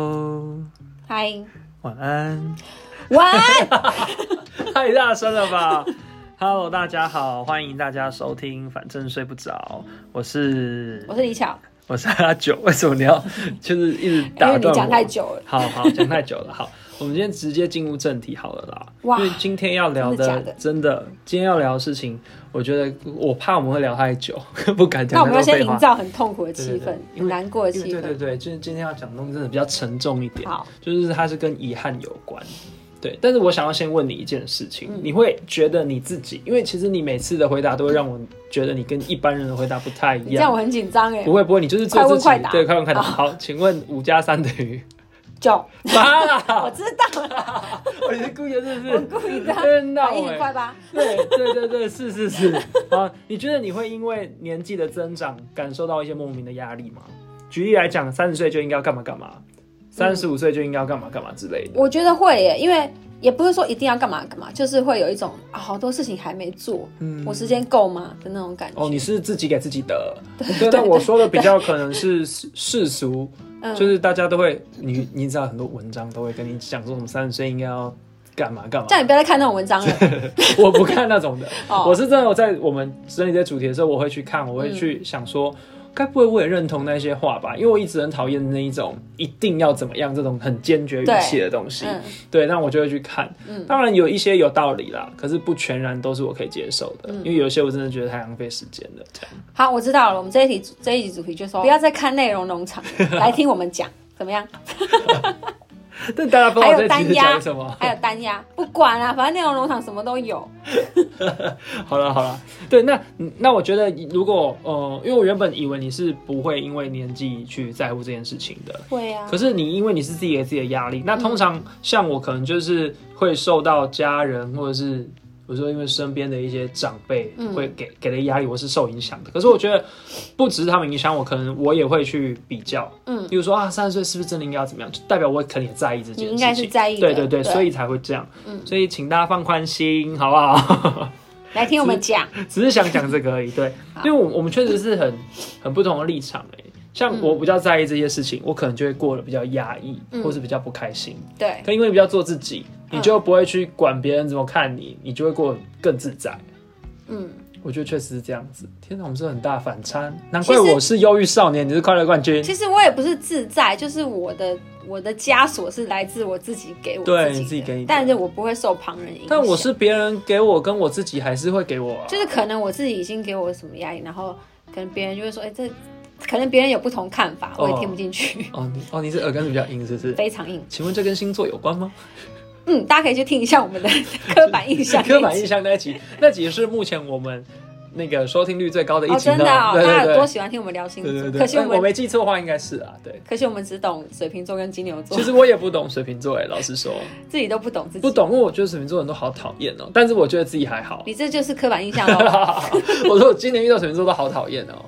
Hello，嗨，晚安，晚安。 太大声了吧！Hello，大家好，欢迎大家收听，反正睡不着，我是我是李巧，我是阿九， 为什么你 要就是一直因打为断你我？讲太久了。好好讲太久了，好，我们今天直接进入正题好了啦。哇因为今天要聊真的假的真的，今天要聊的事情，我觉得我怕我们会聊太久， 不敢那讲我太们多要先废营话。造很痛苦的对气对氛对，因为很难过的因为气对对氛。对，就是今天要讲的东西真的比较沉重一点。好，就是它是跟遗憾有关。对，但是我想要先问你一件事情，嗯你会觉得你自己，因为其实你每次的回答都会让我觉得你跟一般人的回答不太一你这样样。我很紧张哎不。会不会，你就是做自己。快问快答对，快问快答。哦好，请问五加三等于？九，妈我啦！知道了，哦 你是故意的，是不 我是？故意的。真闹反应哎很快吧？ 对对对对，是是是。啊，你觉得你会因为年纪的增长感受到一些莫名的压力吗？举例来讲，三十岁就应该要干嘛干嘛，三十五岁就应该要干嘛干嘛之类的。我觉得会耶，因为也不是说一定要干嘛干嘛，就是会有一种啊，好多事情还没做，嗯我时间够吗的那种感觉。哦，你是自己给自己的，对，但我说的比较可能是世世俗，嗯就是大家都会，你你知道很多文章都会跟你讲说什么三十岁应该要干嘛干嘛叫，你不要再看那种文章了。 我不看那种的，哦我是真的我在我们整理这主题的时候，我会去看，我会嗯去想说。该不会我也认同那些话吧？因为我一直很讨厌那一种一定要怎么样这种很坚决语气的东西。嗯，对，那我就会去看。嗯当然有一些有道理啦，可是不全然都是我可以接受嗯的，因为有一些我真的觉得太浪费时间 了。这样好，我知道了。我们这一题这一集主题就说不要再看内容 农场，来听我们讲，怎么样？但大家不知道我在集讲什么。还有单压，不管啦、反正内容农场什么都有。 好了好了，对，那那我觉得如果呃，因为我原本以为你是不会因为年纪去在乎这件事情的，会啊可是你因为你是自己给自己的压嗯力，那通常像我可能就是会受到家人或者是。我说，因为身边的一些长辈嗯会给给的压力，我是受影响的。可是我觉得，不只是他们影响我，可能我也会去比较。嗯，比如说啊，三十岁是不是真的应该要怎么样？就代表我可能也在意这件事你情。应该是在意的，嗯对对对，所以才会这样。所以请大家放宽心，好不好？来听我们讲，只是想讲这个而已。对，因为我我们确实是很很不同的立场哎、像嗯我比较在意这些事情，我可能就会过得比较压抑，或是比较不开心。对，嗯可因为你比较做自己，你就不会去管别人怎么看你，你就会过得更自在。嗯，我觉得确实是这样子。天哪，我们是很大反差，难其怪实我是忧郁少年，你是快乐冠军。其实我也不是自在，就是我的我的枷锁是来自我自己给我对自己你自己给你的但是我不会受旁人影响。但我是别人给我，跟我自己还是会给我、啊。就是可能我自己已经给我什么压力，然后可能别人就会说，哎、这可能别人有不同看法，我也听不进去， 哦，你哦，你是耳根子比较硬，是不是？非常硬。请问这跟星座有关吗？嗯，大家可以去听一下我 们的刻板印象那一集，刻板印象那一集， 那集是目前我们那个收听率最高的啊一哦，集呢。真的哦，对大家对有多对，喜欢听我们聊星对对座，对，可惜我但我们没记错的话，应该是啊，对。可惜我们只懂水瓶座跟金牛座其，实我也不懂水瓶座，哎，老实说自己都不懂自己， 不懂，因为我觉得水瓶座人都好讨厌哦。但是我觉得自己还好。你这就是刻板印象喽。 我说我今年遇到水瓶座都好讨厌哦，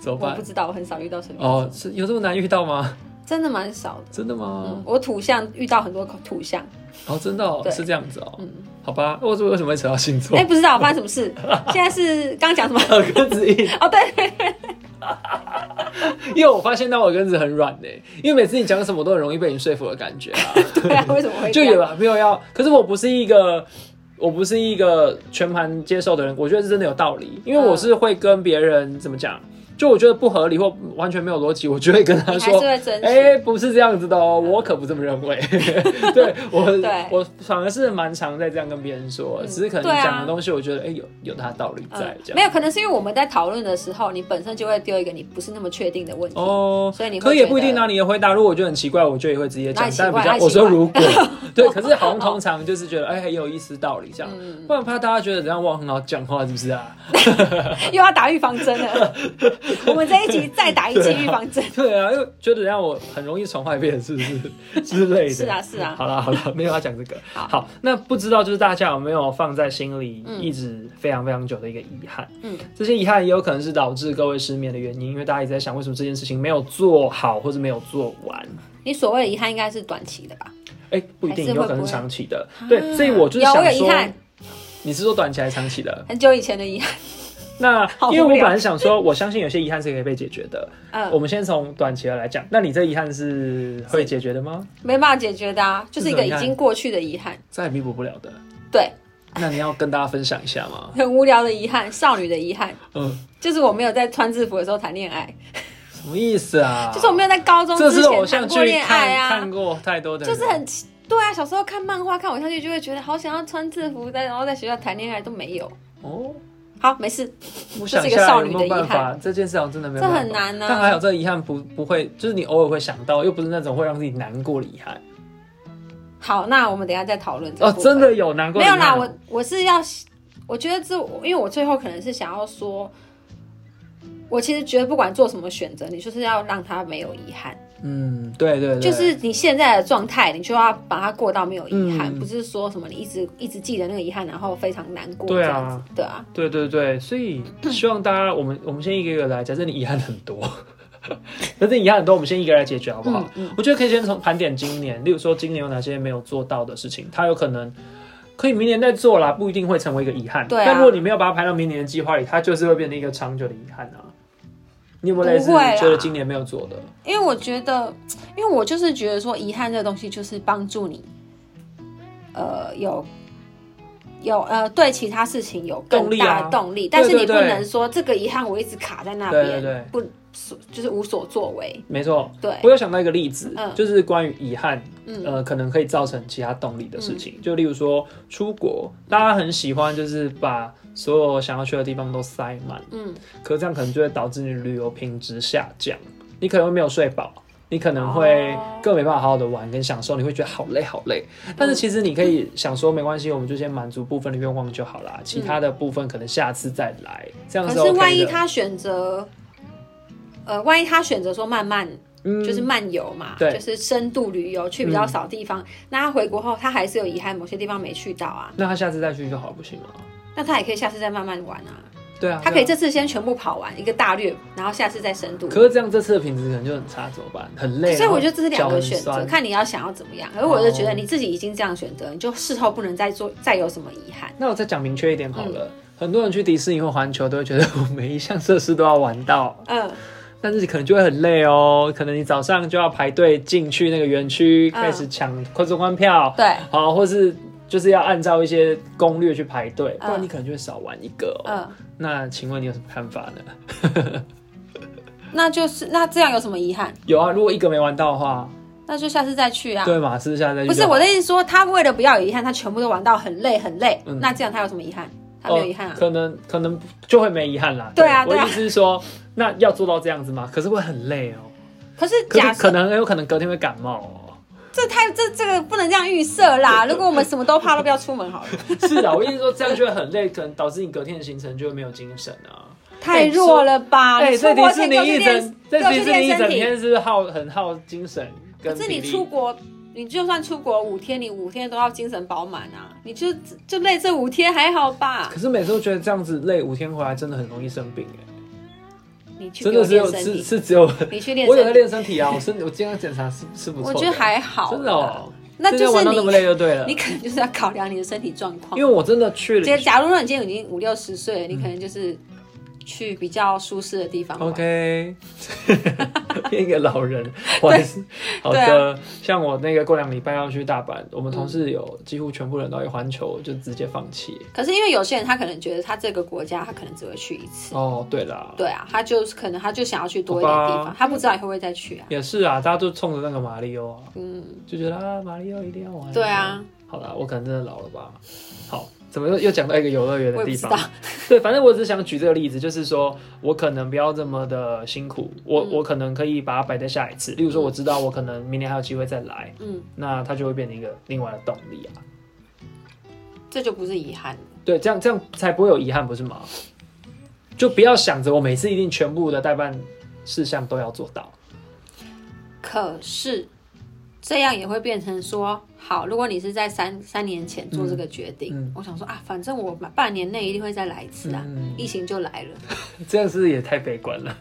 怎么我办不？知道，我很少遇到水瓶座，哦，是有这么难遇到吗？真的蛮少的。真的嗯吗，？我土象遇到很多土象，哦，真的哦，对是这样子哦嗯。好吧，我为什么会扯到星座哎、？ 不知道发生什么事。现在是刚讲什么？ 耳根子硬。哦，对，因为我发现到我根子很软呢、因为每次你讲什么都很容易被你说服的感觉啊，对啊，为什么会就这有样？了没有要，可是我不是一个。我不是一个全盘接受的人，我觉得是真的有道理，因为嗯我是会跟别人怎么讲，就我觉得不合理或完全没有逻辑，我就会跟他你还是说，会争取。哎、不是这样子的哦，我可不这么认 为。对我，对我反而是蛮常在这样跟别人说，只是可对能啊讲的东西，我觉得哎、有有他道理在嗯这样。没有，可能是因为我们在讨论的时候，你本身就会丢一个你不是那么确定的问题，哦，所以你会可也觉不一得定啊。你的回答如果我觉得很奇怪，我就也会直接那讲你，奇但比怪较那你我奇说怪如果 对，可是好像通常就是觉得哎很有意思道理这样，嗯不然怕大家觉得这样我很好讲话是不是啊？又要打预防 针了。我们这一集再打一剂预防针。对啊，又觉得这样我很容易宠坏别人是不是之类的？是啊，是啊，好啦好啦，没有要讲这个。好那不知道就是大家有没有放在心里，嗯一直非常非常久的一个遗憾。嗯，这些遗憾也有可能是导致各位失眠的原因，因为大家一直在想为什么这件事情没有做好或者没有做完。你所谓的遗憾应该是短期的吧？哎、不一定，还是有会可能不是会长期的。对，所以我就是有，我想有遗说，憾，你是说短期还是长期的？很久以前的遗憾。那好无因为我聊本来想说，我相信有些遗憾是可以被解决的。我嗯，们先从短期的来讲，那你这遗憾是会解决的吗？没办法解决的啊，就是一个是已的经过去的遗憾，再也弥补不了的。对，那你要跟大家分享一下吗？ 很无聊的遗憾，少女的遗憾，嗯，就是我没有在穿制服的时候谈恋爱，什么意思啊？就是我没有在高中这之是偶前像谈剧过恋爱看啊看，过太多的人，就是很奇对啊，小时候看漫画、看偶像剧就会觉得好想要穿制服，在然后在学校谈恋爱都没有。哦。好，没事，我这想是一一个下少有女没有的遗办法，憾这件事好像真的没有这办法，很难啊但还好，这个遗憾不不会，就是你偶尔会想到，又不是那种会让自己难过的遗憾。好，那我们等一下再讨论这个哦，部分真的有难过没的遗有憾啦，哦？我我是要，我觉得这，因为我最后可能是想要说，我其实觉得不管做什么选择，你就是要让他没有遗憾，嗯，对对对，就是你现在的状态，你就要把它过到没有遗憾，嗯不是说什么你一直一直记得那个遗憾，然后非常难过这对啊样子，对啊，对对对，所以希望大家，我们我们先一个一个来。假设你遗憾很多， 假设你遗憾很多，我们先一个来解决嗯好不好？我觉得可以先从盘点今年，例如说今年有哪些没有做到的事情，它有可能可以明年再做啦，不一定会成为一个遗憾。对啊但如果你没有把它排到明年的计划里，它就是会变成一个长久的遗憾啊。你有没有类似不会啦觉得今年没有做的？因为我觉得，因为我就是觉得说，遗憾这个东西就是帮助你，呃，有有呃，对其他事情有更动力大啊的动力，但是你对不对对能说这个遗憾我一直卡在那对边，对对不所就是无所作为。没错，对我有想到一个例子，嗯就是关于遗憾，嗯呃，可能可以造成其他动力的事情，就例如说出国，大家很喜欢就是把所有想要去的地方都塞满，嗯，可这样可能就会导致你旅游品质下降，你可能会没有睡饱。你可能会哦嗯更没办法好好的玩跟享受，你会觉得好累好累。但是其实你可以想说，没关系，我们就先满足部分的愿望就好啦，其他的部分可能下次再来，这样嗯可是是 OK 的。万一他选择，呃，万一他选择说慢慢嗯就是漫游嘛，对嗯就是深度旅游去比较少地方，那他回国后他还是有遗憾，某些地方没去到啊，那他下次再去就好，不行吗？那他也可以下次再慢慢玩啊。对啊，他对可以啊这次先全部跑完一个大略，然后下次再深度。可是这样这次的品质可能就很差，怎么办？很累。所以我觉就得这是两个选择，看你要想要怎么样。而我就觉得你自己已经这样选择，你就事后不能再做再有什么遗憾。那我再讲明确一点好嗯了。很多人去迪士尼或环球都会觉得我每一项设施都要玩到，嗯，但是可能就会很累哦。可能你早上就要排队进去那个园区，嗯开始抢快速观票，对，好，或是就是要按照一些攻略去排队，不然嗯你可能就会少玩一个、哦。嗯，那请问你有什么看法呢？那就是那这样有什么遗憾？有啊，如果一个没玩到的话，那就下次再去啊。对嘛？是不是下次再去啊不是就好我的意思说，他为了不要有遗憾，他全部都玩到很累很累。嗯那这样他有什么遗憾？他没有遗憾啊哦。可能可能就会没遗憾啦。对啊我对啊意思是说，那要做到这样子吗？可是会很累哦，可是可假是可设能很有哎可能隔天会感冒 哦。这太这这个不能这样预设 啦。如果我们什么都怕，都不要出门好了。是啊，我意思是说这样就会很累，可能导致你隔天的行程就会没有精神啊。太弱了吧？哎、啊你出在迪国士前尼给我去一整练，，给在我迪去士尼一整练身体。天是不是耗很耗精神跟可是体你力出国，你就算出国五天，你五天都要精神饱满啊！你就就累这五天还好吧可？是每次都觉得这样子累，五天回来真的很容易生病哎、你去真给的我是练有身是体，是只有你去练我有在身体，练身体啊，我身我健康检查是是不错我的，觉得还好啦。真的哦，那真就的玩是到那么你，累就对了 你，可能就是要考量你的身体状况因为。我真的去了假假如说你今天已经五六十岁了，你可能就是去比较舒适的地方玩。 OK，变一个老人，我还是好对啊嗯的。像我那个过两礼拜要去大阪，我们同事有几乎全部人都去环球，就直接放弃。可是因为有些人他可能觉得他这个国家他可能只会去一次，哦，对啦，对啊，他就是可能他就想要去多一点地好方，他不知道你会不会再去啊。也是啊，大家都冲着那个马里奥啊，嗯，就觉得啊，马里奥一定要玩。对啊，好啦，我可能真的老了吧。好，怎么又又讲到一个游乐园我的地也不知方 道？。对，反正我只是想举这个例子，就是说我可能不要这么的辛苦，我、嗯我可能可以把它摆在下一次。例如说，我知道我可能明年还有机会再来，嗯，那它就会变成一个另外的动力啊。这就不是遗憾了。对，这样这样才不会有遗憾，不是吗？就不要想着我每次一定全部的代办事项都要做到。可是这样也会变成说，好，如果你是在三三年前做这个决定，嗯嗯我想说啊，反正我半年内一定会再来一次啊，嗯，疫情就来了。这样是不是也太悲观了？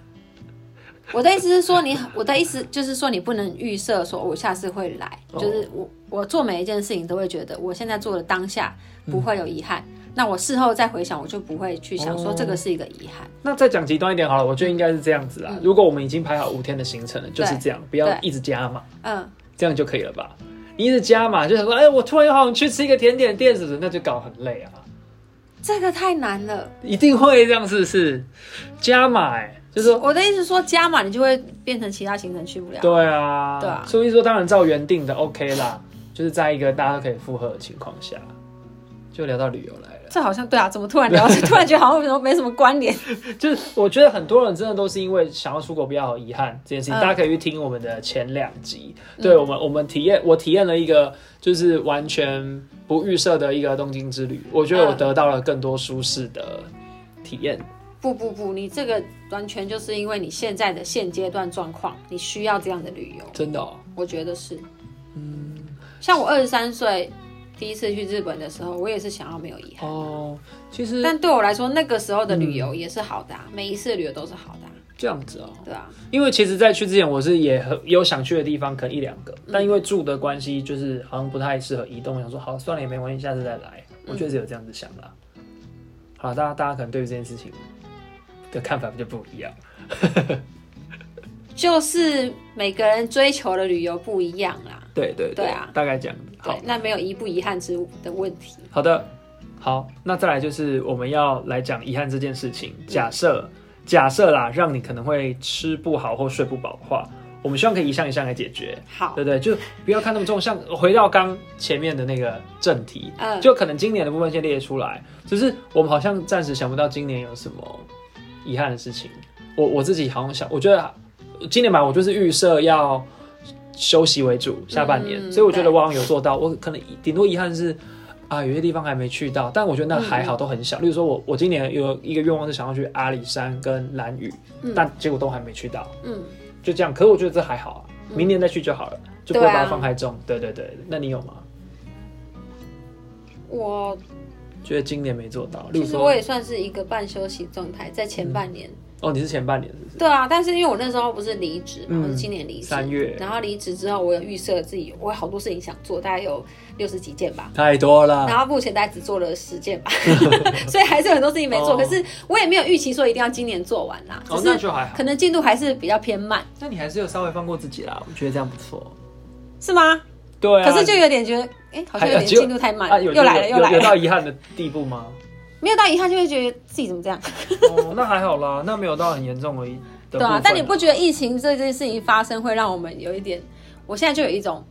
我的意思是说你，我的意思就是说，你不能预设说我下次会来，哦嗯就是我我做每一件事情都会觉得我现在做的当下不会有遗憾，那我事后再回想，我就不会去想说这哦个是一个遗憾。那再讲极端一点好了，我觉得应该是这样子啦。如果我们已经排好五天的行程了，就是这样，不要嗯对一直加嘛，嗯，这样就可以了吧？你一直加嘛，就想说，哎、我突然又好想去吃一个甜点店，是不是？那就搞很累啊，这个太难了。一定会这样，是不是？加嘛、哎，就是说，我的意思是说加嘛，你就会变成其他行程去不了。对啊，对啊所以说当然照原定的 OK 啦，就是在一个大家都可以负荷的情况下，就聊到旅游来了。这好像对啊，怎么突然聊？ 突然觉得好像没什么没什么关联。就是我觉得很多人真的都是因为想要出国比较有遗憾这件事情，嗯大家可以去听我们的前两集。对我们，我们体验我体验了一个就是完全不预设的一个东京之旅，我觉得我嗯得到了更多舒适的体验。不不不，你这个完全就是因为你现在的现阶段状况，你需要这样的旅游，真的、哦，我觉得是。嗯，像我二十三岁第一次去日本的时候，我也是想要没有遗憾。哦，其实但对我来说，那个时候的旅游嗯也是好的、啊，每一次的旅游都是好的、啊，这样子哦，对啊，因为其实，在去之前，我是也很有想去的地方，可能一两个，但因为住的关系，就是好像不太适合移动。我想说，好，算了，也没关系，下次再来。我确实有这样子想啦。好，大家大家可能对于这件事情的看法就不一样。就是每个人追求的旅游不一样啦。对对对啊大概这样子。好对，，那没有遗不遗憾之的问题。好的，好，那再来就是我们要来讲遗憾这件事情。嗯假设假设啦，让你可能会吃不好或睡不饱的话，我们希望可以一项一项来解决。好，对不对？就不要看那么重。像回到刚前面的那个正题，嗯就可能今年的部分先列出来，只是我们好像暂时想不到今年有什么遗憾的事情。我我自己好像想，我觉得今年吧，我就是预设要休息为主，下半年，嗯所以我觉得对我好像有做到。我可能顶多遗憾是。啊，有些地方还没去到，但我觉得那还嗯好，都很小。例如说我，我今年有一个愿望是想要去阿里山跟蓝屿，嗯但结果都还没去到。嗯，就这样。可是我觉得这还好啊，明年再去就好了，就不会对啊把它放太重。对对对，那你有吗？我觉得今年没做到，例其如实我说，也算是一个半休息状态，在前半年。哦，你是前半年是不是？对啊，但是因为我那时候不是离职嘛，嗯我是今年离职，三月然后离职之后，我有预设自己，我有好多事情想做，大概有六十几件吧。太多了，然后目前大概只做了十件 吧，所以还是有很多事情没做。哦可是我也没有预期说一定要今年做完啦，只哦，那是就还好。可能进度还是比较偏慢，那你还是有稍微放过自己啦，我觉得这样不错。是吗？对啊，可是就有点觉得，哎，好还像有点只有进度太慢啊，了，有又来了有又来有有到了，遗憾的地步吗？没有到遗憾就会觉得自己怎么这样， 哦，那还好啦，那没有到很严重而已。对啊。但你不觉得疫情这件事情发生会让我们有一点，我现在就有一种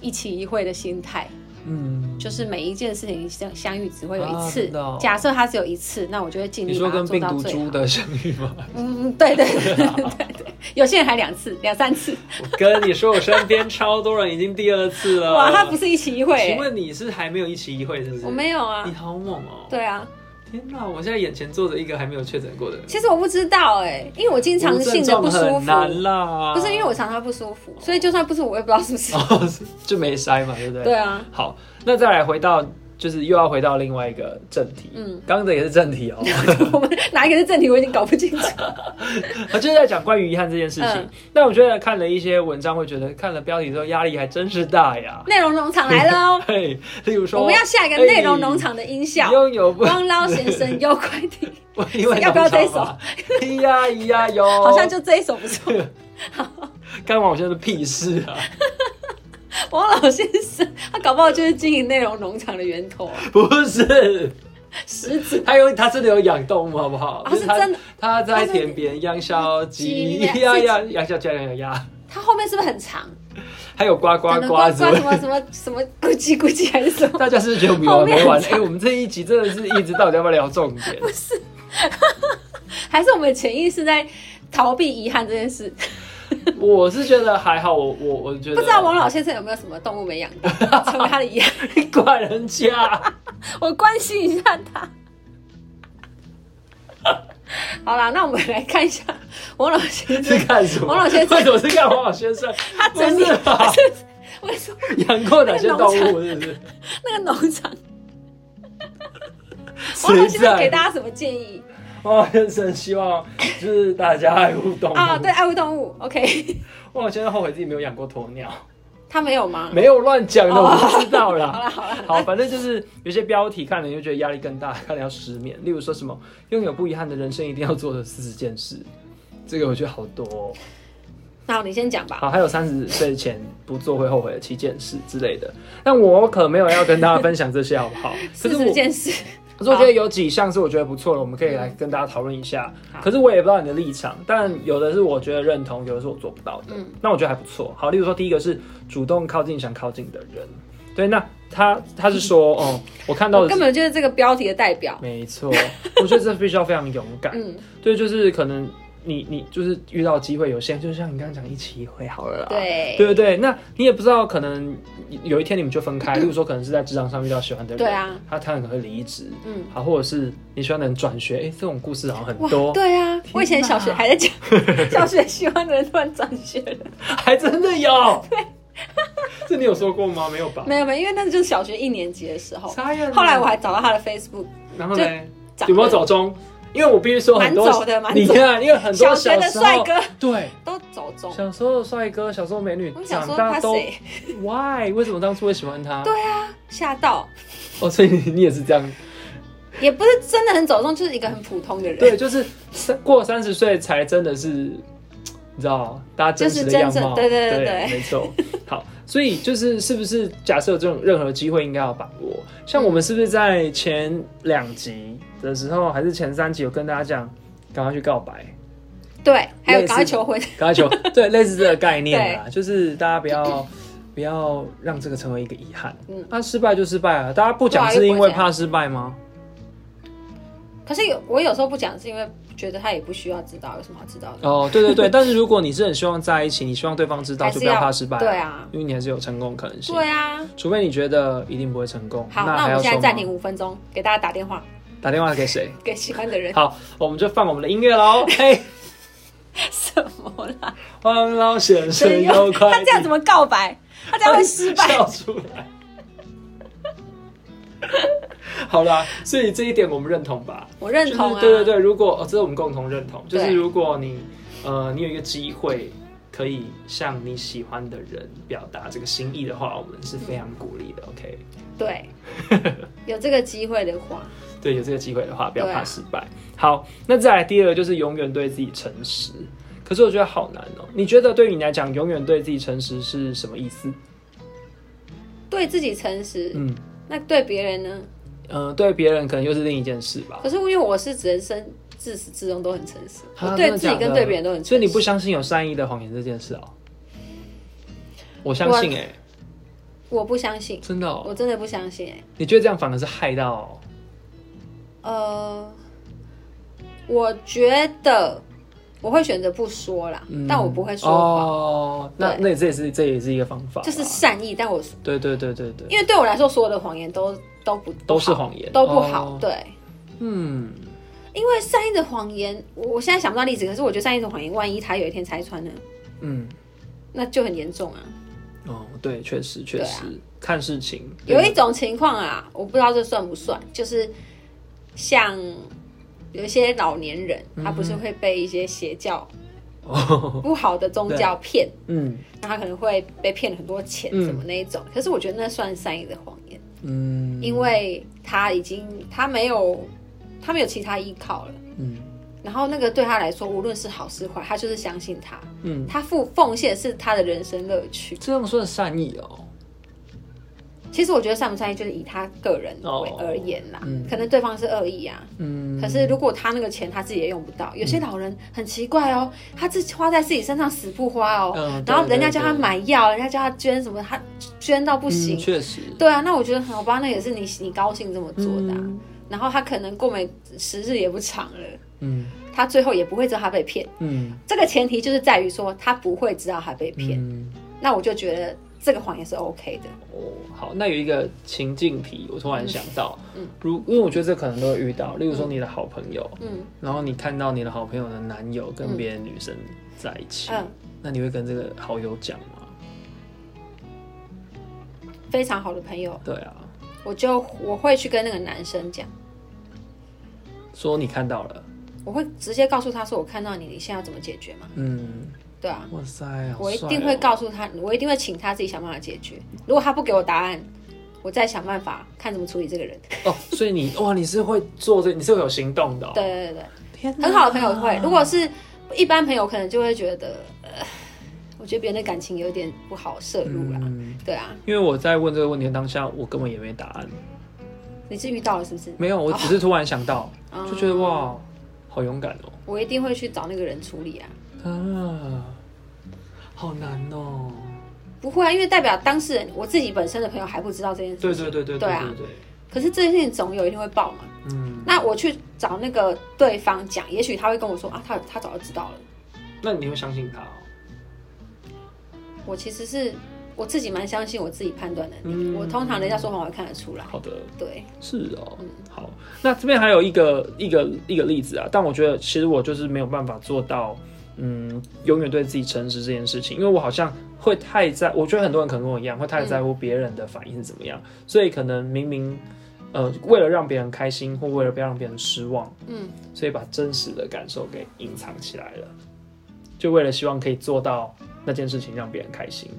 一期一会的心态。嗯，就是每一件事情相相遇只会有一啊次真。的哦假设它只有一次，那我就会尽你力说把它跟做病到毒最株好。的相遇吗？嗯，对对对对对，有些人还两次、两三次。我跟你说，我身边超多人已经第二次了。哇，它不是一期一会、呃请欸。问你是还没有一期一会是不是？我没有啊你。好猛哦！对啊，天哪！我现在眼前坐着一个还没有确诊过的人，其实我不知道哎、因为我经常性的不舒无症状服很，难啦。不是因为我常常不舒服，所以就算不舒服我也不知道是不 是。哦，是就没筛嘛，对 不对？对。啊，好，那再来回到，就是又要回到另外一个正题。嗯，刚刚的也是正 题哦，啊我们哪一个是正题我已经搞不 清楚。我就是在讲关于遗憾这件事情嗯。那我觉得看了一些文章，会觉得看了标题之后压力还真是大 呀。内容农场来了哦，嘿，例如说，我们要下一个哎内容农场的音效。拥有不 汪捞先生优快艇，因为要不要这一首？ 咿呀咿呀哟，好像就这一首不错。干完我现在的屁事啊！ 王老先生，他搞不好就是经营内容农场的源头啊，不是。始祖。他有他真的有养动物，好不好？啊就是他是真的他在田边养小鸡，鸡呀呀养小鸡，养小鸭，他后面是不是很长？还有呱呱可能呱呱子。什么什么什么咕叽咕叽还是什么？大家是不是觉得我们有完没完？后面很哎、我们这一集真的是一直到底要不要聊重 点？还是我们潜意识在逃避遗憾这件事？我是觉得还好，我我我觉得不知道王老先生有没有什么动物没养到，成为他的遗憾？ 管人家，我关心一下他。好啦，那我们来看一下王老 先 是生，干什么？王老先生为什么是看王老先生？他整理不是啊 吧为什么养过哪些动物？是不是？那个农场？ 王老谁先生给在？大家什么建议王老先生希望就是大家爱护动物。啊啊？对，，爱护动物，OK。 王老先生后悔自己没有养过鸵鸟。他没有吗？没有乱讲的，我不知道 好啦。了好了，好，反正就是有些标题看了你就觉得压力更大，看了要失眠。例如说什么拥有不遗憾的人生一定要做的四十件事，这个我觉得好多、哦。那你先讲吧。好，还有三十岁前不做会后悔的七件事之类的。但我可没有要跟大家分享这些，好不好？可 四是十我，件事，可是我觉得有几项是我觉得不错的，我们可以来跟大家讨论一下好。可是我也不知道你的立场，但有的是我觉得认同，有的是我做不到的。嗯那我觉得还不错。好，例如说第一个是主动靠近想靠近的人，对，那他他是说，哦，我看 到啊的我根是。本就是这个标题的代表。没错，我觉得这必须要非常勇敢。嗯，对，就是可能你你就是遇到机会，有些人就像你刚刚讲一起一会好了啦。对，对不对？那你也不知道，可能有一天你们就分 开。例如说，可能是在职场上遇到喜欢的人，对啊，他他可能会离职，嗯，好，或者是你喜欢的人转学，哎、这种故事好像很哇，多，对啊，我以前哪小学还 在讲，小学喜欢的人突然转学了，还真的 有。 这你有说过吗？没有吧？没有没有，因为那就是小学一年级的时候。傻眼了后来我还找到他的 Facebook，然后呢？长得哦有没有走中？因为我必须说很多蛮走的蛮走你看，因为很小多学的时候帅哥对，都走中。小时候的帅哥，小时候美女我，想长说大他都谁 why？为什么当初会喜欢他？对啊吓到，哦，所以你你也是这样也不是真的很走中，就是一个很普通的人。对，就是三过三十岁才真的是，你知道大家真实的样就是真貌，正对对对对没错。好，所以就是是不是假设这种任何机会应该要把握？像嗯我们是不是在前两集的时候，还是前三集有跟大家讲，赶快去告白，对，还有类似赶快求婚，赶快 求，对，类似这个概念啊， 就是大家不要。不要让这个成为一个遗憾。嗯那、失败就失败了，大家不讲对啊是因又不会为这样怕失败吗？可是有我有时候不讲，是因为觉得他也不需要知道有什么好知道的，哦，对对对。但是如果你是很希望在一起，你希望对方知道，还就是不要怕失败啊。对啊，因为你还是有成功可能性。对啊。除非你觉得一定不会成功，好，那那我还要们现在说暂吗停五分钟，给大家打电话打电话给谁？ 给喜欢的人。好，我们就放我们的音乐喽。嘿， 什么啦？王老先生真又有快哦他这样怎么告白？他这样会失败。 笑出来。好啦，所以这一点我们认同吧？我认同就啊，是、对对对，如果、哦、这是我们共同认同，就对是如果你呃你有一个机会可以向你喜欢的人表达这个心意的话，我们是非常鼓励的。OK，对 有这个机会的话，对，有这个机会的话，不要对啊怕失败。好，那再来第二个就是永远对自己诚实。可是我觉得好难哦、你觉得对于你来讲，永远对自己诚实是什么意思？对自己诚实，嗯，那对别人呢？呃，对别人可能又是另一件事吧。可是因为我是人生自始至终都很诚实，啊我对真的自己假跟的对别人都很诚实。所以你不相信有善意的谎言这件事哦、我相信哎、我不相信，真的哦、我真的不相信、欸。你觉得这样反而是害到哦呃，我觉得我会选择不说啦，嗯但我不会说谎，哦，那对那这也是这也是一个方法啊，就是善意。但我对对对对对，因为对我来说，所有的谎言都都不都是不好谎言，都不好。哦。对，嗯，因为善意的谎言，我我现在想不到例子，可是我觉得善意的谎言，万一他有一天拆穿呢，嗯，那就很严重啊。哦，对，确实确对啊实、看事情有一种情况啊，我不知道这算不算，就是像有一些老年人，他不是会被一些邪教、 嗯哦，不好的宗教骗，嗯那他可能会被骗很多钱什么那一种。可是我觉得那算善意的谎言， 嗯因为他已经他没有他没有其他依靠了。嗯然后那个对他来说，无论是好是坏，他就是相信他，嗯，他付奉献是他的人生乐趣。这样算善意哦。其实我觉得善不善意，就是以他个人为哦而言啦，嗯可能对方是恶意啊，嗯，可是如果他那个钱他自己也用不到，有些老人很奇怪哦，他自己花在自己身上死不花哦，嗯然后对人家叫他对对买药，人家叫他捐什么，他捐到不嗯行。确实对啊，那我觉得好吧，那也是你你高兴这么做的啊、嗯然后他可能过没时日也不长了，嗯他最后也不会知道他被骗。嗯这个前提就是在于说他不会知道他被骗，嗯那我就觉得这个谎言是 OK 的。哦，好，那有一个情境题，我突嗯然想到，如因为我觉得这可能都会遇到，例如说你的好朋友，嗯然后你看到你的好朋友的男友跟别的女生在一起，嗯，那你会跟这个好友讲吗？非常好的朋友，对啊，我就我会去跟那个男生讲。说你看到了，我会直接告诉他说我看到你，你现在要怎么解决嘛？嗯，对啊，哇塞，好我一帅定哦会告诉他，我一定会请他自己想办法解决。如果他不给我答案，我再想办法看怎么处理这个人。哦。所以你哇，你是会做这，你是会有行动的、哦。对，对对天对，哪很好的朋友啊会，如果是一般朋友，可能就会觉得，呃，我觉得别人的感情有点不好摄入啦。嗯对啊，因为我在问这个问题的当下，我根本也没答案，你是遇到了是不是？没有，我只是突然想到，嗯就觉得哇，好勇敢哦，我一定会去找那个人处理啊。啊，好难哦。不会啊，因为代表当事人我自己本身的朋友还不知道这件事情。对对对对对对啊对对，可是这件事情总有一天会爆嘛。嗯，那我去找那个对方讲，也许他会跟我说啊，他他早就知道了。那你会相信他哦？我其实是我自己蛮相信我自己判断能力，嗯我通常人家说谎我会看得出来。好的，对，是哦，好，那这边还有一个一个一个例子啊，但我觉得其实我就是没有办法做到，嗯，永远对自己诚实这件事情，因为我好像会太在，我觉得很多人可能跟我一样，会太在乎别人的反应是怎么样，所以可能明明，呃，为了让别人开心或为了不要让别人失望，嗯，所以把真实的感受给隐藏起来了，就为了希望可以做到那件事情让别人开心。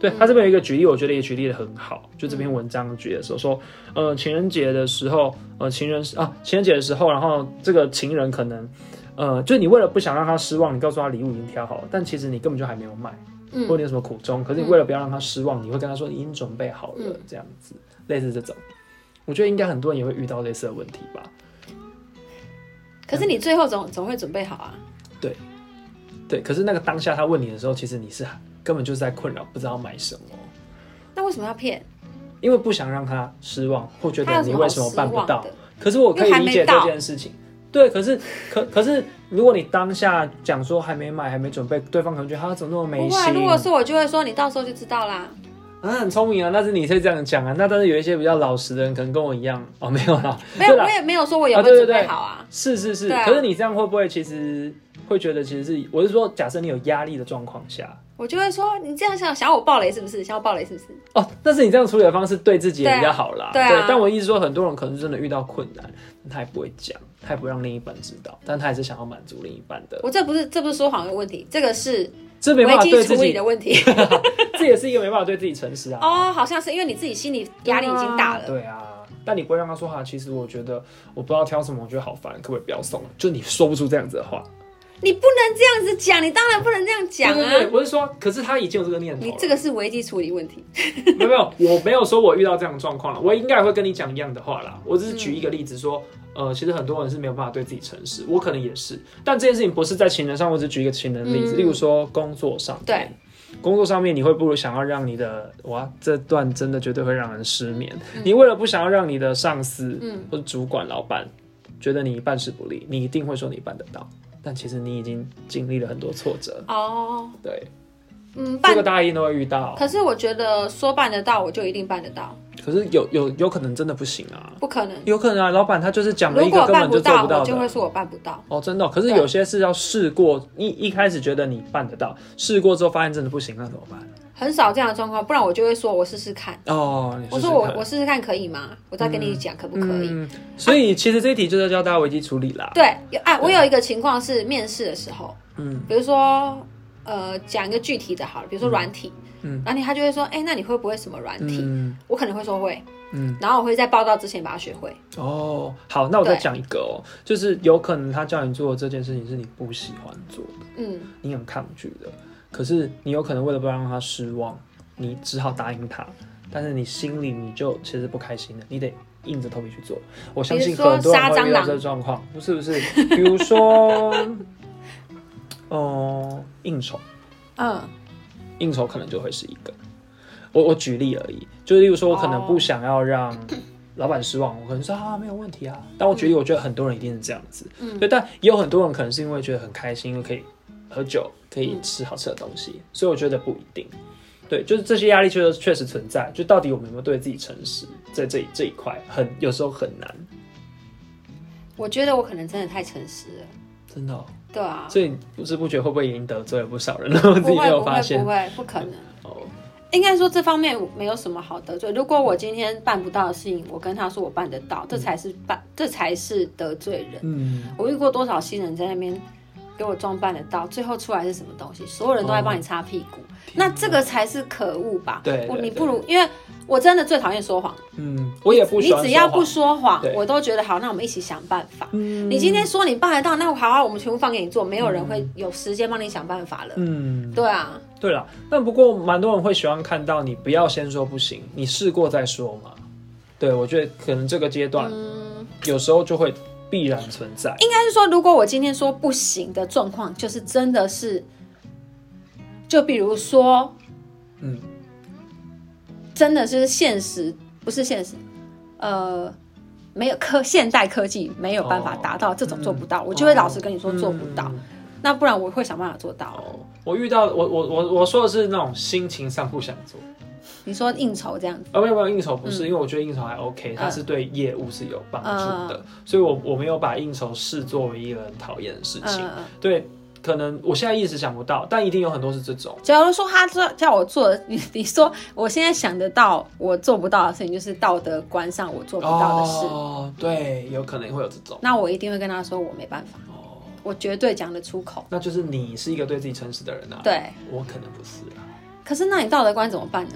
对嗯他这边有一个举例，我觉得也举例的很好。就这篇文章举的时候说，呃，情人节的时候，呃，情人啊，情人节的时候，然后这个情人可能，呃，就你为了不想让他失望，你告诉他礼物已经挑好了，但其实你根本就还没有买，嗯或者你有什么苦衷，可是你为了不要让他失望，你会跟他说你已经准备好了，嗯这样子，类似这种，我觉得应该很多人也会遇到类似的问题吧。可是你最后总总会准备好啊。对，可是那个当下他问你的时候，其实你是根本就是在困扰，不知道买什么，那为什么要骗？因为不想让他失望，或觉他有得什你么好为失什么办不望到。的？啊可是我可以理因为还没解到这件事情。对，可是可可是，如果你当下讲说还没买，还没准备，对方可能觉得他怎么那么不没会啊，心如。果是我就会说你到时候就知道啦。啊，很聪明啊，但是你是这样讲啊。那但是有一些比较老实的人，可能跟我一样哦，没有啦， 没有，对啦我也没有说我有啊没有对对准备对好啊。是是是。对啊可是你这样会不会其实会觉得其实是我是说，假设你有压力的状况下，我就会说你这样想想要我爆雷是不是？想要我爆雷是不是？哦，但是你这样处理的方式对自己也比较好啦。对啊对啊但我意思说，很多人可能真的遇到困难，他也不会讲，他也不让另一半知道，但他还是想要满足另一半的。我这不是这不是说谎的问题，这个是这没危办法对机自处理己的，问题。 这也是一个没办法对自己诚实啊。哦，好像是因为你自己心理压力已经大了。对啊，但你不会让他说哈，其实我觉得我不知道挑什么，我觉得好烦，可不可以不要送？就你说不出这样子的话。你不能这样子讲，你当然不能这样讲对对对啊！我是说，可是他已经有这个念头了。你这个是危机处理问题。 没有没有，我没有说我遇到这样的状况了，我应该也会跟你讲一样的话啦。我只是举一个例子说，呃，其实很多人是没有办法对自己诚实，我可能也是，但这件事情不是在情人上，我只举一个情人的例子，嗯例如说工作上，对，工作上面你会不如想要让你的哇，这段真的绝对会让人失眠。你为了不想要让你的上司、嗯或者主管、老板觉得你办事不力，你一定会说你办得到，但其实你已经经历了很多挫折。哦，对，嗯，这办个。大家一定都会遇到。可是我觉得说办得到，我就一定办得到，可是有有有可能真的不行啊。不可能。有可能啊，老板他就是讲了如一个果根办本就做到，不到我就会的。说我办不到。哦，真的哦、可是有些是要试过，一一开始觉得你办得到，试过之后发现真的不行，那怎么办？很少这样的状况，不然我就会说我试试看。哦，你我试说试我看我试试看可以吗？我再跟你讲可不可以？啊嗯，所以其实这一题就是要教大家危机处理啦。对，有哎，我有一个情况是面试的时候，嗯，比如说呃，讲一个具体的好了，比如说软体，嗯，软体他就会说，哎，那你会不会什么软体？嗯，我可能会说会，嗯，然后我会在报道之前把它学会。哦，好，那我再对讲一个哦，就是有可能他叫你做的这件事情是你不喜欢做的，嗯，你很抗拒的，可是你有可能为了不让他失望，你只好答应他，但是你心里你就其实不开心的，你得硬着头皮去做。我相信比如说很多人杀会蟑遇到螂这个状况，不是不是？比如说， 哦，应酬，嗯，应酬可能就会是一个。我我举例而已，就例如说，我可能哦不想要让 老板失望，我可能说啊没有问题啊。但我举例，我觉得很多人一定是这样子，嗯对。但也有很多人可能是因为觉得很开心，因为可以喝酒，可以嗯吃好吃的东西，所以我觉得不一定。对，就是这些压力确实确实存在，就到底我们有没有对自己诚实，在这这一块很有时候很难，我觉得我可能真的太诚实了，真的哦、对啊，所以不知不觉会不会已经得罪了不少人了？我自己不没会有不发会现不会不可能。哦。应该说这方面我没有什么好得罪。如果我今天办不到的事情，我跟他说我办得到，这才是办，这才是得罪人。嗯，我遇过多少新人在那边给我装扮得到，最后出来是什么东西？所有人都在帮你擦屁股，那这个才是可恶吧？对对我对你不如，因为我真的最讨厌说谎，嗯，我也不喜你欢只要说不谎说谎对，我都觉得好，那我们一起想办法。嗯你今天说你办得到，那好啊，我们全部放给你做，没有人会有时间帮你想办法了。嗯，对啊，对了，但不过蛮多人会喜欢看到你不要先说不行，你试过再说嘛。对，我觉得可能这个阶段嗯，有时候就会必然存在。应该是说，如果我今天说不行的状况，就是真的是，就比如说，嗯，真的是现实，不是现实，呃，没有科现代科技没有办法哦达到、这种做不到，嗯我就会老实跟你说做不到。嗯那不然我会想办法做到。哦，我遇到我我我我说的是那种心情上不想做，你说应酬这样子，呃，没有没有应酬不嗯是，因为我觉得应酬还 OK，它是对业务是有帮助的，嗯所以我我没有把应酬视作为一个很讨厌的事嗯情。嗯嗯。对，可能我现在一时想不到，但一定有很多是这种。假如说他叫叫我做， 你你说我现在想得到我做不到的事情，就是道德观上我做不到的事，哦，对，有可能会有这种。哦那我一定会跟他说我没办法，我绝对讲得出口。那就是你是一个对自己诚实的人啊，对，我可能不是啊。可是那你道德观怎么办呢？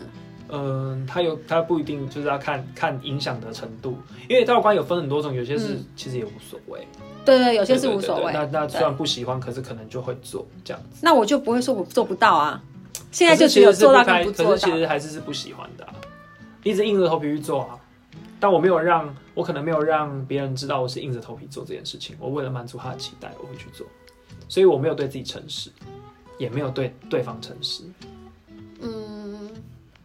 嗯，他有他不一定就是要看看影响的程度，因为道观有分很多种，有些是其实也无所谓，对嗯对，有些对是对无所对谓。对那那对虽然不喜欢，可是可能就会做这样子。那我就不会说我做不到啊。现在就可是只其有实是做到开跟不可做是到其。实还是是不喜欢的啊、一直硬着头皮去做啊。但我没有让，我可能没有让别人知道我是硬着头皮做这件事情。我为了满足他的期待，我会去做，所以我没有对自己诚实，也没有对对方诚实。嗯，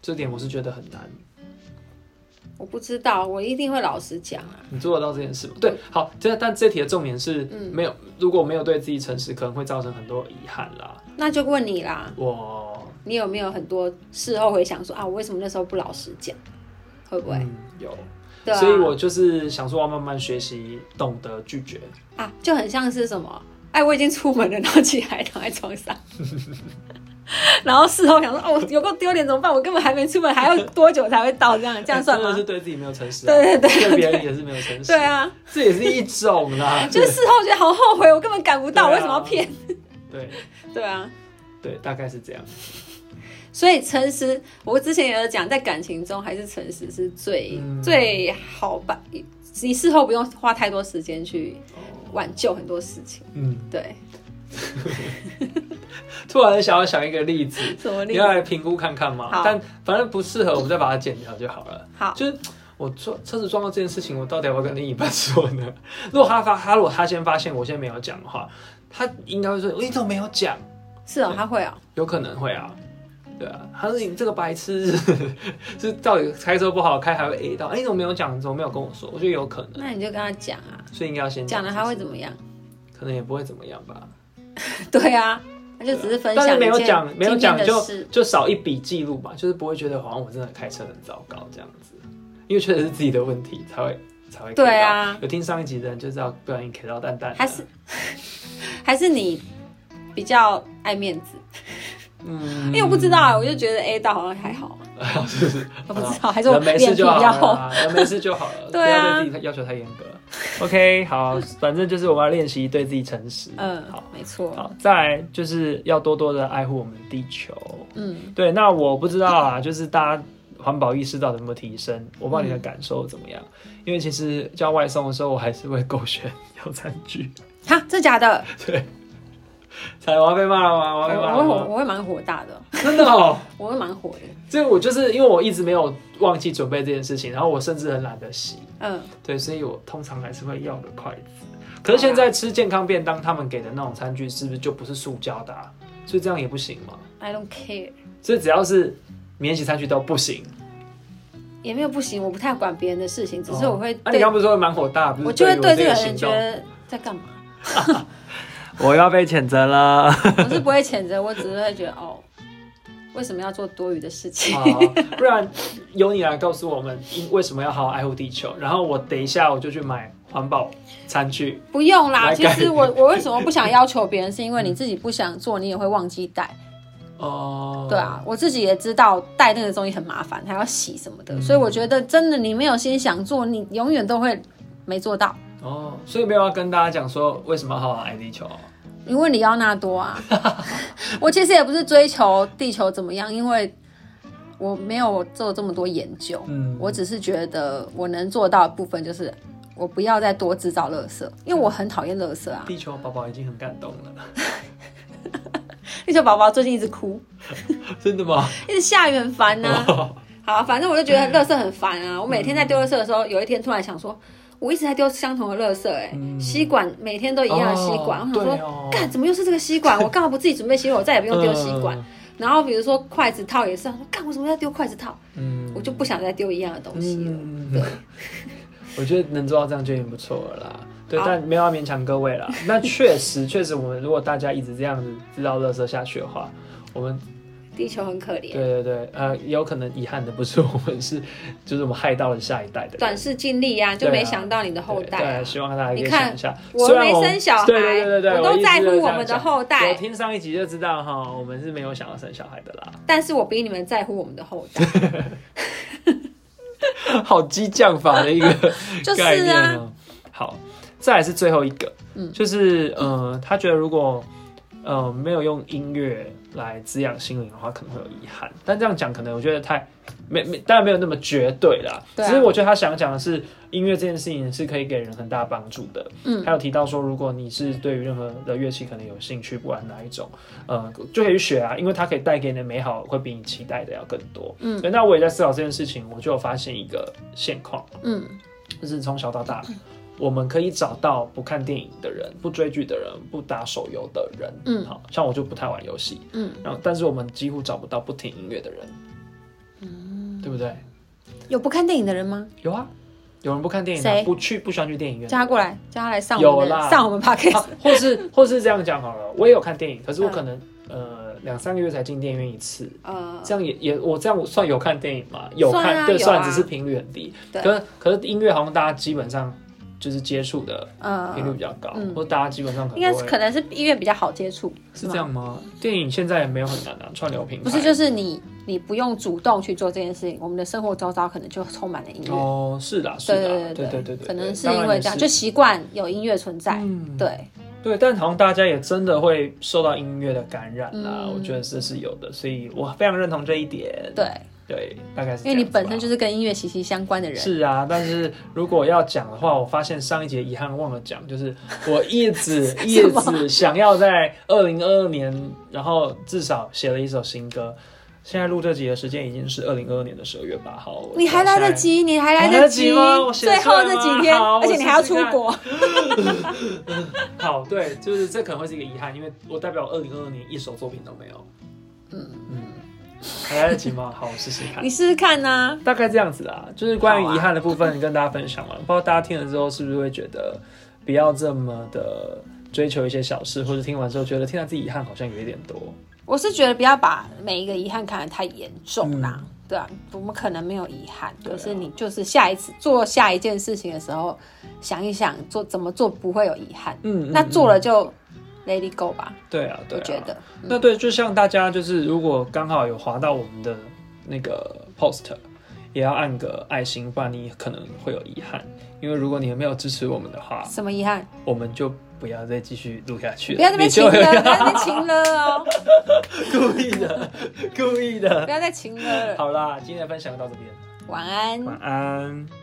这点我是觉得很难。我不知道，我一定会老实讲啊。你做得到这件事吗？对，好，这但这题的重点是嗯没有，如果没有对自己诚实，可能会造成很多遗憾啦。那就问你啦，我你有没有很多事后回想说啊，我为什么那时候不老实讲？会不会？嗯有，对啊。所以我就是想说，要慢慢学习，懂得拒绝。啊，就很像是什么？哎，我已经出门了，然后起来躺在 床上，然后事后想说，哦，有够丢脸，怎么办？我根本还没出门，还要多久才会到？这 样这样算哎真的吗是？对自己没有诚实、啊，对对 对，别人也是没有诚实。 对，啊，这也是一种啦。 就是事后觉得好后悔，我根本赶不到，对啊为什么要骗？对对啊，对，大概是这样。所以诚实，我之前也有讲，在感情中还是诚实是最、嗯最好吧。你事后不用花太多时间去挽救很多事情，嗯，对，突然想要想一个例子，什么你例要子？来评估看看嘛好。但反正不适合，我们再把它剪掉就好了。好，就是我撞车子撞到这件事情，我到底要不要跟另一半说呢？ 如果他发他如果他先发现我现在没有讲的话，他应该会说你怎么没有讲？是哦，他会哦，有可能会啊，对啊，他说你这个白痴，是到底开车不好开还会 A 到？哎、你怎么没有讲？你怎么没有跟我说？我觉得有可能，那你就跟他讲啊，所以应该要先讲了他会这怎么样？ 件事可能也不会怎么样吧。对啊，他就只是分享但是没有一件讲，没有今天讲的就事就少一笔记录吧，就是不会觉得好像我真的开车很糟糕这样子，因为确实是自己的问题才会才会 K 到。对啊有听上一集的人就知道不小心 K 到蛋蛋了，还是 还是你比较爱面子，嗯因为我不知道啊，我就觉得 A 到好像还好，啊道是不是？ 我不知道，还是我人没事脸皮比就好较了厚。啦，人没事就好 了，对啊不要对自己要求太严 格。OK，好，反正就是我们要练习对自己诚实。嗯好，，没错，好，再来就是要多多的爱护我们的地球。嗯，对，那我不知道啊，就是大家环保意识到底有没有提升？我不知道你嗯的感受怎么样，因为其实叫外送的时候，我还是会勾选 要餐具。哈，真假的？对， 才我要被骂了吗？我要我被骂了哦我会吗？我会蛮火大的，真的哦、我会蛮火的，这个我就是因为我一直没有忘记准备这件事情，然后我甚至很懒得洗，嗯，对，所以我通常还是会要个筷子。可是现在吃健康便当，他们给的那种餐具是不是就不是塑胶的、啊？所以这样也不行嘛？ I don't care，所以只要是免洗餐具都不行。也没有不行，我不太管别人的事情，只是我会那、啊、你对刚，不 是说蛮火大？不是哦我就会对于对这个我人行觉动，得在干嘛， 我要被谴责了。我是不会谴责，我只是会觉得哦，为什么要做多余的事情？好，哦不然 由你来告诉我们，因为什么要好好爱护地球。然后我等一下我就去买环保餐具。不用啦，来其改实我我为什么不想要求别人，是因为你自己不想做，你也会忘记带。哦、对，啊，我自己也知道带那个东西很麻烦，还要洗什么的，嗯所以我觉得真的你没有心想做，你永远都会没做到。哦，所以没有要跟大家讲说为什么要好好爱地球哦。你问里奥纳多 啊，我其实也不是追求地球怎么样，因为我没有做这么多研究，嗯，我只是觉得我能做到的部分就是我不要再多制造垃圾，因为我很讨厌垃圾啊。地球宝宝已经很感动了， 地球宝宝最近一直哭，真的吗？一直下雨很烦 呐、哦好，反正我就觉得垃圾很烦啊。我每天在丢垃圾的时候，有一天突然想说，我一直在丢相同的垃圾、欸，哎、嗯吸管每天都一样的吸管，哦我想说对。哦干，怎么又是这个吸管？我干嘛不自己准备吸管？我再也不用丢吸管。，嗯然后比如说筷子套也是，我说干，为什么要丢筷子套？嗯，嗯我就不想再丢一样的东西了。嗯，我觉得能做到这样就已经不错了啦。对，好但没有要勉强各位啦。啊 那确实，确实，我们如果大家一直这样子制造垃圾下去的话，我们地球很可怜，对对对，呃，也有可能遗憾的不是我们是，就是我们害到了下一代的人。短视近利啊呀、就没想到你的后代、对对，希望大家可以你看想一下。我虽然没们生小孩对对对对对我都一直在乎这样我们的讲后代我听上一集就知道哈，我们是没有想要生小孩的啦。但是我比你们在乎我们的后 代， 好激将法的一个 就是概念啊，哦。好，再来是最后一个，嗯就是呃，他觉得如果呃没有用音乐来滋养心灵的话，可能会有遗憾。但这样讲，可能我觉得太没没，当然没有那么绝对啦。对啊只是我觉得他想讲的是，音乐这件事情是可以给人很大帮助的。嗯还有提到说，如果你是对于任何的乐器可能有兴趣，不管哪一种，呃，就可以去学啊，因为它可以带给你的美好会比你期待的要更多。嗯对，那我也在思考这件事情，我就有发现一个现况。嗯，就是从小到大，我们可以找到不看电影的人、不追剧的人、不打手游的人。嗯好像我就不太玩游戏，嗯，然后但是我们几乎找不到不听音乐的人，嗯，对不对？有不看电影的人吗？有啊，有人不看电影、谁啊，不去不喜欢去电影院叫。他过来，叫他来上有我们的啦 上我们 p o d c a s 啊 t，或是或是这样讲好了，我也有看电影，可是我嗯可能、呃两三个月才进电影院一次，呃，这样也也我这样我算有看电影嘛？有看算啊对，有算啊只是频率很低。对可可是音乐好像大家基本上就是接触的频率呃，比较高，嗯或大家基本上可能应该是都会可能是医院比较好接触，是这样吗？电影现在也没有很难啊，串流平台不是就是你你不用主动去做这件事情，我们的生活周遭可能就充满了音乐。哦，是啦，是啦，对对对对对对，可能是当然因为也这样，是就习惯有音乐存在。嗯对，对，但好像大家也真的会受到音乐的感染啦，嗯我觉得这是有的，所以我非常认同这一点。对，对，大概是这因样为你子吧本身就是跟音乐息息相关的人。是啊，但是如果要讲的话，我发现上一节遗憾忘了讲，就是我一 直一直想要在二零二二年，然后至少写了一首新歌。现在录这集的时间已经是二零二二年的十二月八号，我你还来现在得及，你还我来来得得及吗我写最出后来这吗几天，好而且我你试还要试出看国。好，对，就是这可能会是一个遗憾，因为我代表二零二二年一首作品都没有。嗯嗯，还来得及吗？好，我试试看 你。试试看啊呐、大概这样子啦，就是关好于啊遗憾的部分跟大家分享完，不知道大家听了之后是不是会觉得不要这么的追求一些小事，或者听完之后觉得听到自己遗憾好像有一点多。我是觉得不要把每一个遗憾看得太严重啦。对啊，我们可能没有遗憾，嗯对啊可是你就是下一次做下一件事情的时候，想一想做怎么做不会有遗憾。嗯，嗯那做嗯了就 let it go 吧，对啊，对我啊，觉得。那对，就像大家就是如果刚好有滑到我们的那个 post，也要按个爱心，不然你可能会有遗憾。因为如果你没有支持我们的话，什么遗憾？我们就不要再继续录下去了。不要在那边你就情 了，会不要在那边情了哦，故意的，故意不的。要再情了。好啦，今天的分享就到这边，晚安。晚安。